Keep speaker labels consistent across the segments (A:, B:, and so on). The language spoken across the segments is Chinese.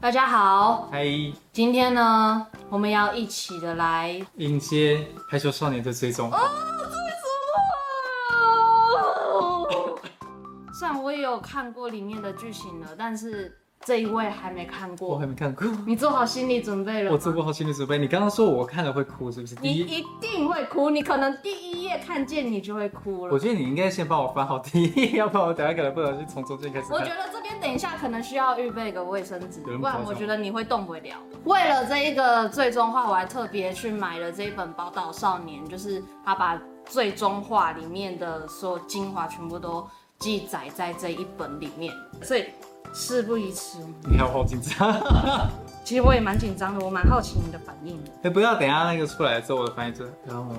A: 大家好，
B: 嗨，
A: 今天呢，我们要一起的来
B: 迎接《排球少年》的追踪。啊
A: 虽然我也有看过里面的剧情了，但是这一位还没看
B: 我
A: 过
B: 还。没看过，
A: 你做好心理准备了吗？
B: 我做过好心理准备。你刚刚说我看了会哭，是不是？
A: 你
B: 第一，
A: 一定会哭，你可能第一页看见你就会哭了。
B: 我觉得你应该先帮我翻好第一，要不然我等下可能不小心从中间开始
A: 我觉
B: 看。
A: 得这边等一下可能需要预备个卫生纸，
B: 有人
A: 不然
B: 不好
A: 我
B: 找
A: 觉得你会动不了。为了这一个最终话，我还特别去买了这一本《宝岛少年》，就是他把最终话里面的所有精华全部都记载在这一本里面，所以事不宜迟。
B: 你看我好紧张。
A: 其实我也蛮紧张的，我蛮好奇你的反应的。
B: 哎，不要，等一下那个出来之后我的翻译就，然后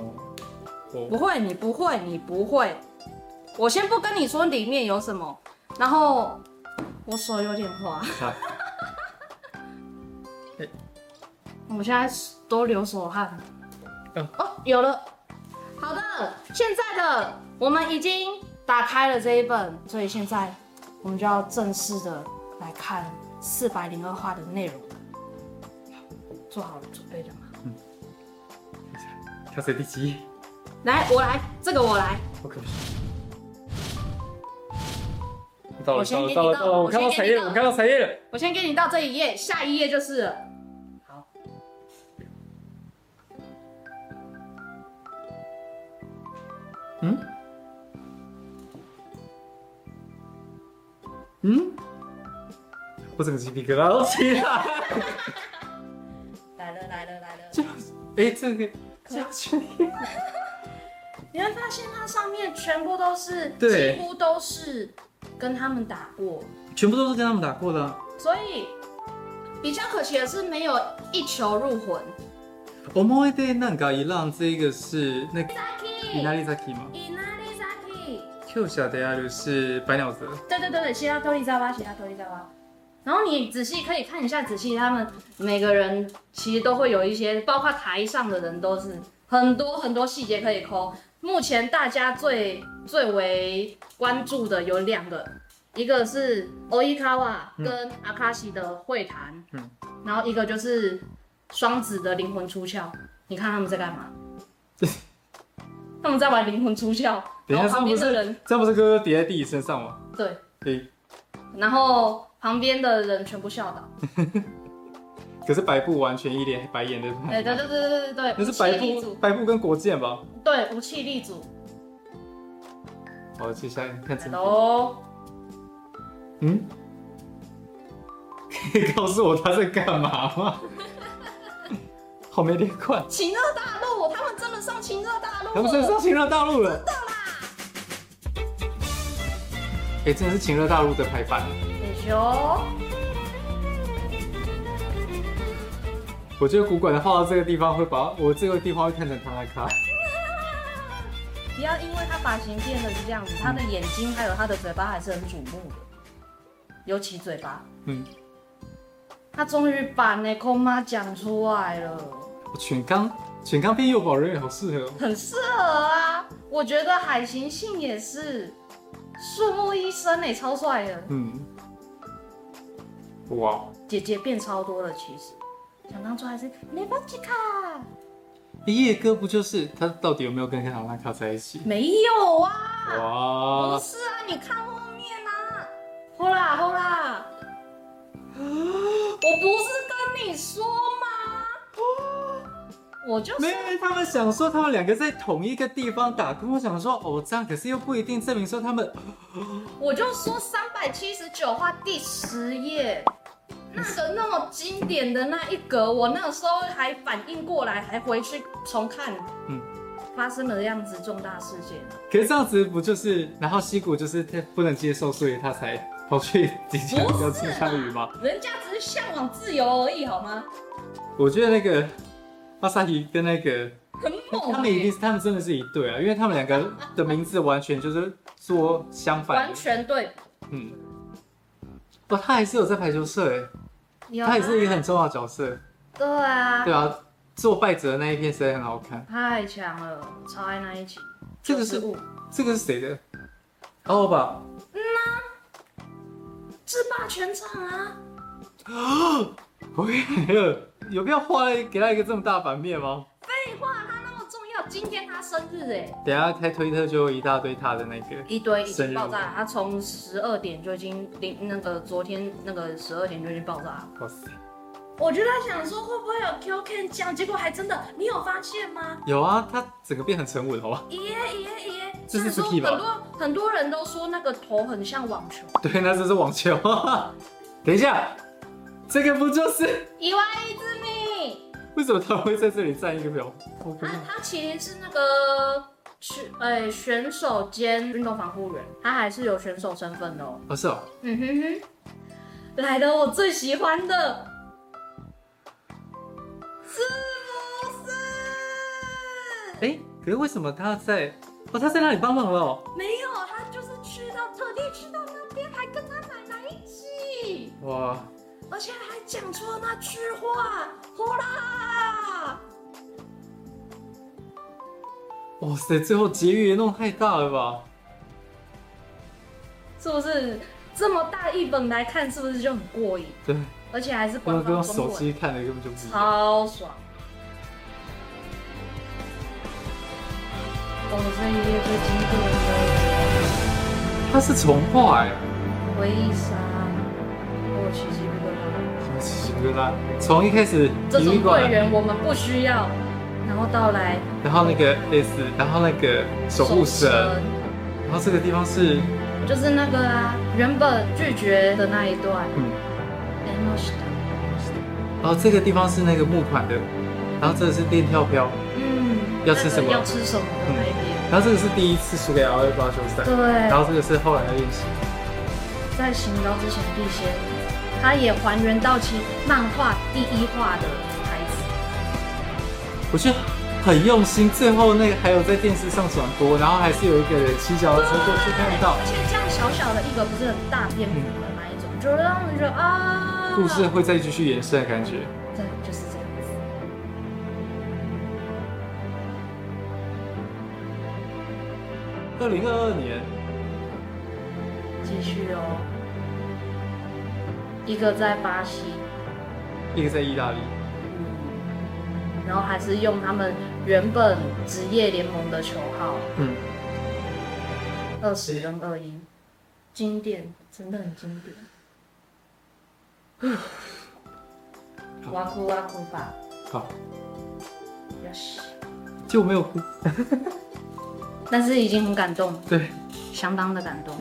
A: 不会，你不会，你不会。我先不跟你说里面有什么，然后我手有点滑。
B: 好
A: 我现在多流手汗。
B: 嗯
A: 哦，有了。好的，现在的我们已经打开了这一本，所以现在我们就要正式的来看四百零二话的内容了。做好了准备了吗？
B: 跳水第几页？
A: 来，我来，这个我来。
B: 好可怕！到
A: 我
B: 了，
A: 先
B: 到
A: 给
B: 了，
A: 你
B: 到了，
A: 到
B: 到了！
A: 我
B: 我看
A: 先
B: 到
A: 给
B: 彩
A: 你
B: 页，
A: 到
B: 我看到彩页了。
A: 我先给你到这一页，下一页就是了。好。
B: 嗯？嗯？我整个鸡皮疙瘩都起来。
A: 来了来了来了。
B: 这样子，哎、这个这样去，
A: 你会发现它上面全部都是，
B: 对
A: 几乎都是跟他们打过，
B: 全部都是跟他们打过的啊。
A: 所以比较可惜的是没有一球入魂。
B: 我们会对那个一浪，这个是那个
A: Inaki，
B: 伊纳利萨基吗
A: Inari
B: ？Q 小的呀，就是白鸟泽。
A: 对对对对，其他托利扎巴，其他托利扎巴。然后你仔细可以看一下，仔细他们每个人其实都会有一些，包括台上的人都是很多很多细节可以抠。目前大家最最为关注的有两个，一个是欧伊卡瓦跟阿卡西的会谈，
B: 嗯
A: 然后一个就是双子的灵魂出窍。你看他们在干 嘛？他们在玩灵魂出窍，
B: 等
A: 然后
B: 一下，这
A: 旁
B: 不
A: 边的
B: 是
A: 人
B: 这不是哥哥叠在弟弟身上吗？
A: 对。
B: 对，
A: 然后旁边的人全部笑倒。
B: 可是白布完全一脸白眼的。
A: 哎、对对对对对对，
B: 嗯那
A: 武
B: 是
A: 器
B: 白
A: 立
B: 布
A: 足，
B: 白布跟国剑吧？
A: 对，武器立足。
B: 好，接下来看成品。
A: Hello，
B: 嗯， 可以告诉我他在干嘛吗？ 好没连贯，
A: 晴热大陆，他们真的上晴热大陆了。
B: 他们真的上晴乐大陆了。哎、真的是晴乐大陆的排版，
A: 美球，
B: 我觉得古馆的画到这个地方会把我这个地方会看成唐拉卡。
A: 不要因为他发型变得是这样子，他的眼睛还有他的嘴巴还是很瞩目的，尤其嘴巴，
B: 嗯，
A: 他终于把 n i c o m a 讲出来了。
B: 犬冈，犬冈变幼保人员好适合哦。
A: 很适合啊！我觉得海行性也是，树木医生哎、超帅的。
B: 嗯，哇，
A: 姐姐变超多了，其实想当初还是雷巴吉卡，
B: 夜歌不就是他到底有没有跟唐拉卡在一起？
A: 没有啊，不
B: 哇，
A: 是啊，你看后面啊，好啦好啦，我不是跟你说吗？我就是
B: 没有，因为他们想说他们两个在同一个地方打工，我想说哦这样，可是又不一定证明说他们
A: 我就说三百七十九话第十页，那个那么经典的那一格，我那个时候还反应过来，还回去重看，
B: 嗯
A: 发生了这样子重大事件。
B: 可是这样子不就是，然后西谷就是他不能接受，所以他才跑去锦江
A: 不是
B: 要吃枪鱼吗？
A: 人家只是向往自由而已，好吗？
B: 我觉得那个阿萨提跟那个
A: 很猛、
B: 他们一定是他们真的是一对啊，因为他们两个的名字完全就是说相反
A: 完
B: 的，
A: 全对，
B: 嗯。不，他还是有在排球社诶，
A: 有
B: 他也是一个很重要的角色，
A: 对啊
B: 对，啊。做败者的那一片实在很好看，
A: 太强了，超爱那一集。
B: 这个是
A: 五，
B: 这个是谁的？哦吧，
A: 制霸全场啊！
B: OK，有必要画给他一个这么大版面吗？
A: 废话，他那么重要，今天他生日哎，
B: 等一下开推特就有一大堆他的那个。
A: 一堆已
B: 生
A: 经
B: 日
A: 爆炸，他从十二点就已经零那个昨天那个十二点就已经爆炸了。
B: 哇塞，
A: 我就在想说会不会有 QK 酱，结果还真的，你有发现吗？
B: 有啊，他整个变很沉稳，好吧？
A: 耶耶耶！
B: 这是
A: 虽然
B: Suki 吧
A: 说很多很多人都说那个头很像网球，
B: 对，那这是网球。 等一下，这个不就是
A: 以外一之命。
B: 为什么他会在这里占一个表？我不
A: 他
B: 知道
A: 他其实是那个选呃选手兼运动防护员，他还是有选手身份的哦。
B: 哦，是哦，
A: 嗯哼哼，来的我最喜欢的，是不是？
B: 哎、可是为什么他在？哦，他在那里帮忙了哦、
A: 没有，他就是去到特地去到那边，还跟他奶奶一起，
B: 哇，
A: 而且还讲出了那句话：“火啦
B: 哇塞，最后结局也弄太大了吧？！”
A: 是不是这么大一本来看，是不是就很过瘾？
B: 对，
A: 而且还是
B: 我
A: 官
B: 跟
A: 方
B: 用
A: 中
B: 啊手
A: 文。
B: 机看的根本就不一样。
A: 超爽。我在夜最激动的
B: 它是重画哎、
A: 回忆杀，我奇迹不可
B: 什么奇奇怪怪？从一开始
A: 这
B: 体育
A: 种队
B: 馆，
A: 员我们不需要。然后到来
B: 然后那个 S，然后那个守护神，然后这个地方是，
A: 神，就是那个啊，原本拒绝的那一段。
B: 嗯，
A: Enoshita
B: 然后这个地方是那个木款的，然后这个是电跳飘，
A: 嗯，
B: 要吃什么
A: 那个要吃什么的那一边。
B: 然后这个是第一次输给 L A 八球赛，然
A: 对，
B: 后这个是后来的练习。
A: 在行刀之前必先，他也还原到其漫画第一话的台词。
B: 我觉得很用心，最后那个还有在电视上转播，然后还是有一个人骑脚踏车过去看到
A: 而，且这样小小的一个不是很大篇幅的那一种，就让人觉得啊，
B: 故事会再继续延伸的感觉。
A: 对，就是这样子。
B: 二零二二年，
A: 继续哦，一个在巴西，
B: 一个在意大利，
A: 然后还是用他们原本职业联盟的球号
B: 嗯，
A: 二十跟二一，经典，真的很经典。哇哭哇哭吧
B: 好，
A: ，yes，
B: 就没有哭。
A: 但是已经很感动了。
B: 对，
A: 相当的感动。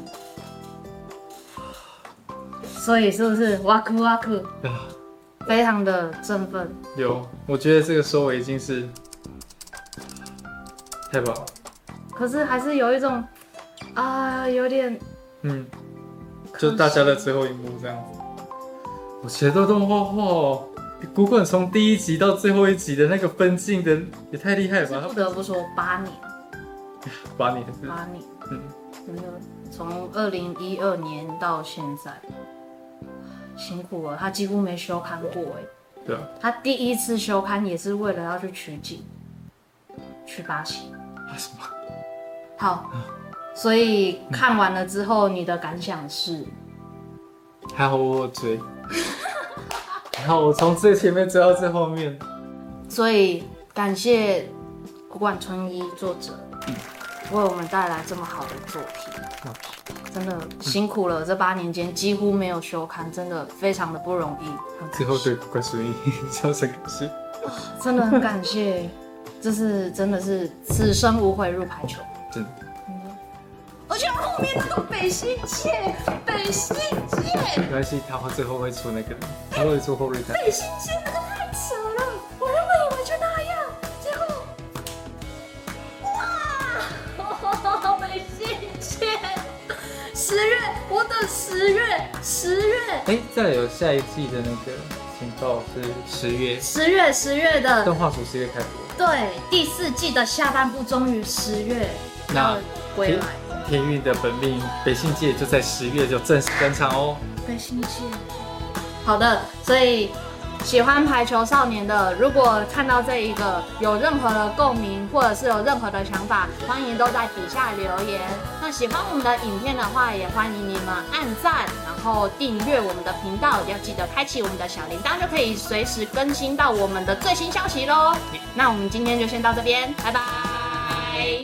A: 所以是不是哇酷哇酷，
B: 啊，
A: 非常的振奋？
B: 有，我觉得这个收尾已经是太棒了。
A: 可是还是有一种啊，有点
B: 嗯，
A: 可惜
B: 就大家的最后一幕这样子。我觉得动画画哦，古滚从第一集到最后一集的那个分镜的也太厉害了
A: 是不
B: 吧！
A: 得不说八年，
B: 他把你的字，
A: 八年，
B: 嗯，
A: 真的从二零一二年到现在，辛苦了，他几乎没休刊过哎。
B: 对啊，
A: 他第一次休刊也是为了要去取景，去巴西。
B: 啊什么？
A: 好，所以看完了之后，你的感想是？
B: 还好我有追，然后我从最前面追到最后面，
A: 所以感谢古馆春一作者，
B: 嗯
A: 为我们带来这么好的作品，真的辛苦了。这八年间几乎没有休刊，真的非常的不容易，很
B: 最后对古怪顺义造成感谢。
A: 真的很感 谢，这是真的是此生无悔入排球。
B: 真的，
A: 而且后面那个北西界，北西界，
B: 没关系，他会最后会出那个，他会出后瑞丹。
A: 北西界那个太扯了，我原本以为就那样，结果，哇，北西界，十月，我等十月，十月，
B: 哎、再有下一季的那个情报是十月，
A: 十月，十月的，
B: 动画组十月开播，
A: 对，第四季的下半部终于十月要
B: 那
A: 归来，
B: 天运的本命北信界就在十月就正式登场哦。
A: 北西界。好的，所以喜欢排球少年的，如果看到这一个有任何的共鸣，或者是有任何的想法，欢迎都在底下留言。那喜欢我们的影片的话，也欢迎你们按赞，然后订阅我们的频道，要记得开启我们的小铃铛，就可以随时更新到我们的最新消息喽。那我们今天就先到这边，拜拜。